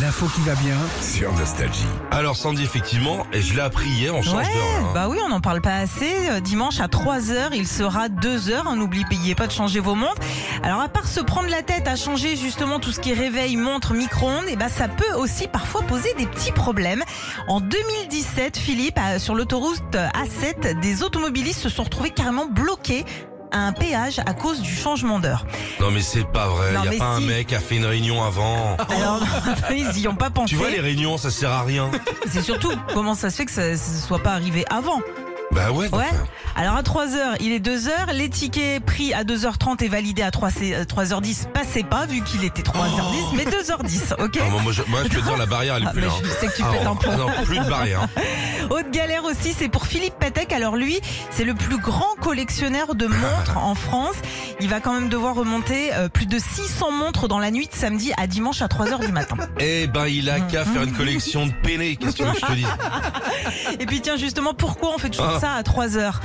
l'info qui va bien. sur Nostalgie. Alors Sandy, effectivement, et je l'ai appris hier en change Ouais, d'heure. hein. bah oui, on n'en parle pas assez. Euh, Dimanche à 3h, il sera 2h. hein, N'oubliez pas de changer vos montres. Alors, à part se prendre la tête à changer justement tout ce qui est réveil, montre, micro-ondes, et ben ça peut aussi parfois poser des petits problèmes. En 2017, Philippe, à- sur l'autoroute A7, des automobilistes se sont retrouvés carrément bloqués à un péage à cause du changement d'heure. Non mais c'est pas vrai, Non, il y a mais pas si. un mec qui a fait une réunion avant. Alors, ils n'y ont pas pensé. tu vois les réunions, ça sert à rien. C'est surtout comment ça se fait que ça ne soit pas arrivé avant. bah ouais. Ouais. enfin, Alors à 3h, il est 2h. Les tickets pris à 2h30 et validés à 3, euh, 3h10 passaient pas vu qu'il était 3h10, mais 2h10, ok non, moi, moi, je, moi, je peux te dire la barrière elle est Ah, plus mais là. je sais que tu Ah, pètes un plomb. non, plus de barrière. hein. Haute galère aussi, c'est pour Philippe Patek. Alors lui, c'est le plus grand collectionneur de montres en France. Il va quand même devoir remonter euh, plus de 600 montres dans la nuit de samedi à dimanche à 3h du matin. Eh ben il a qu'à faire une Mm. collection de pélés, qu'est-ce que tu veux que je te dise Et puis tiens, justement, pourquoi on fait toujours ça à 3 heures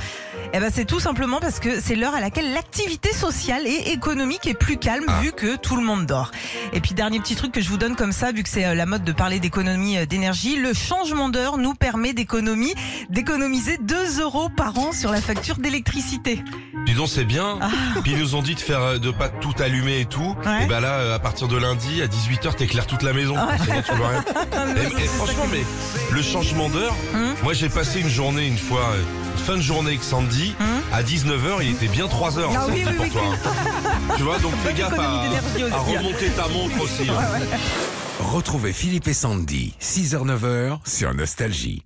eh ben c'est tout simplement parce que c'est l'heure à laquelle l'activité sociale et économique est plus calme vu que tout le monde dort. Et puis dernier petit truc que je vous donne comme ça vu que c'est euh, la mode de parler d'économie euh, d'énergie, le changement d'heure nous permet d'économie d'économiser 2 euros par an sur la facture d'électricité. Dis donc c'est bien. Puis ils nous ont dit de faire euh, de pas tout allumer et tout. Ah. Ouais. Et bah là euh, à partir de lundi à 18h t'éclaires toute la maison. C'est bon, tu vois rien. Ah, Et- et franchement, mais le changement d'heure, Hum. moi j'ai passé une journée une fois, euh, une fin de journée avec Sandy, Hum. à 19h, il était bien 3h Ah oui, Sandy oui, pour oui, toi. hein. tu vois, donc fais Bonne gaffe économie d'énergie à, à aussi, hein. remonter ta montre aussi. hein. Retrouvez Philippe et Sandy, 6h-9h sur Nostalgie.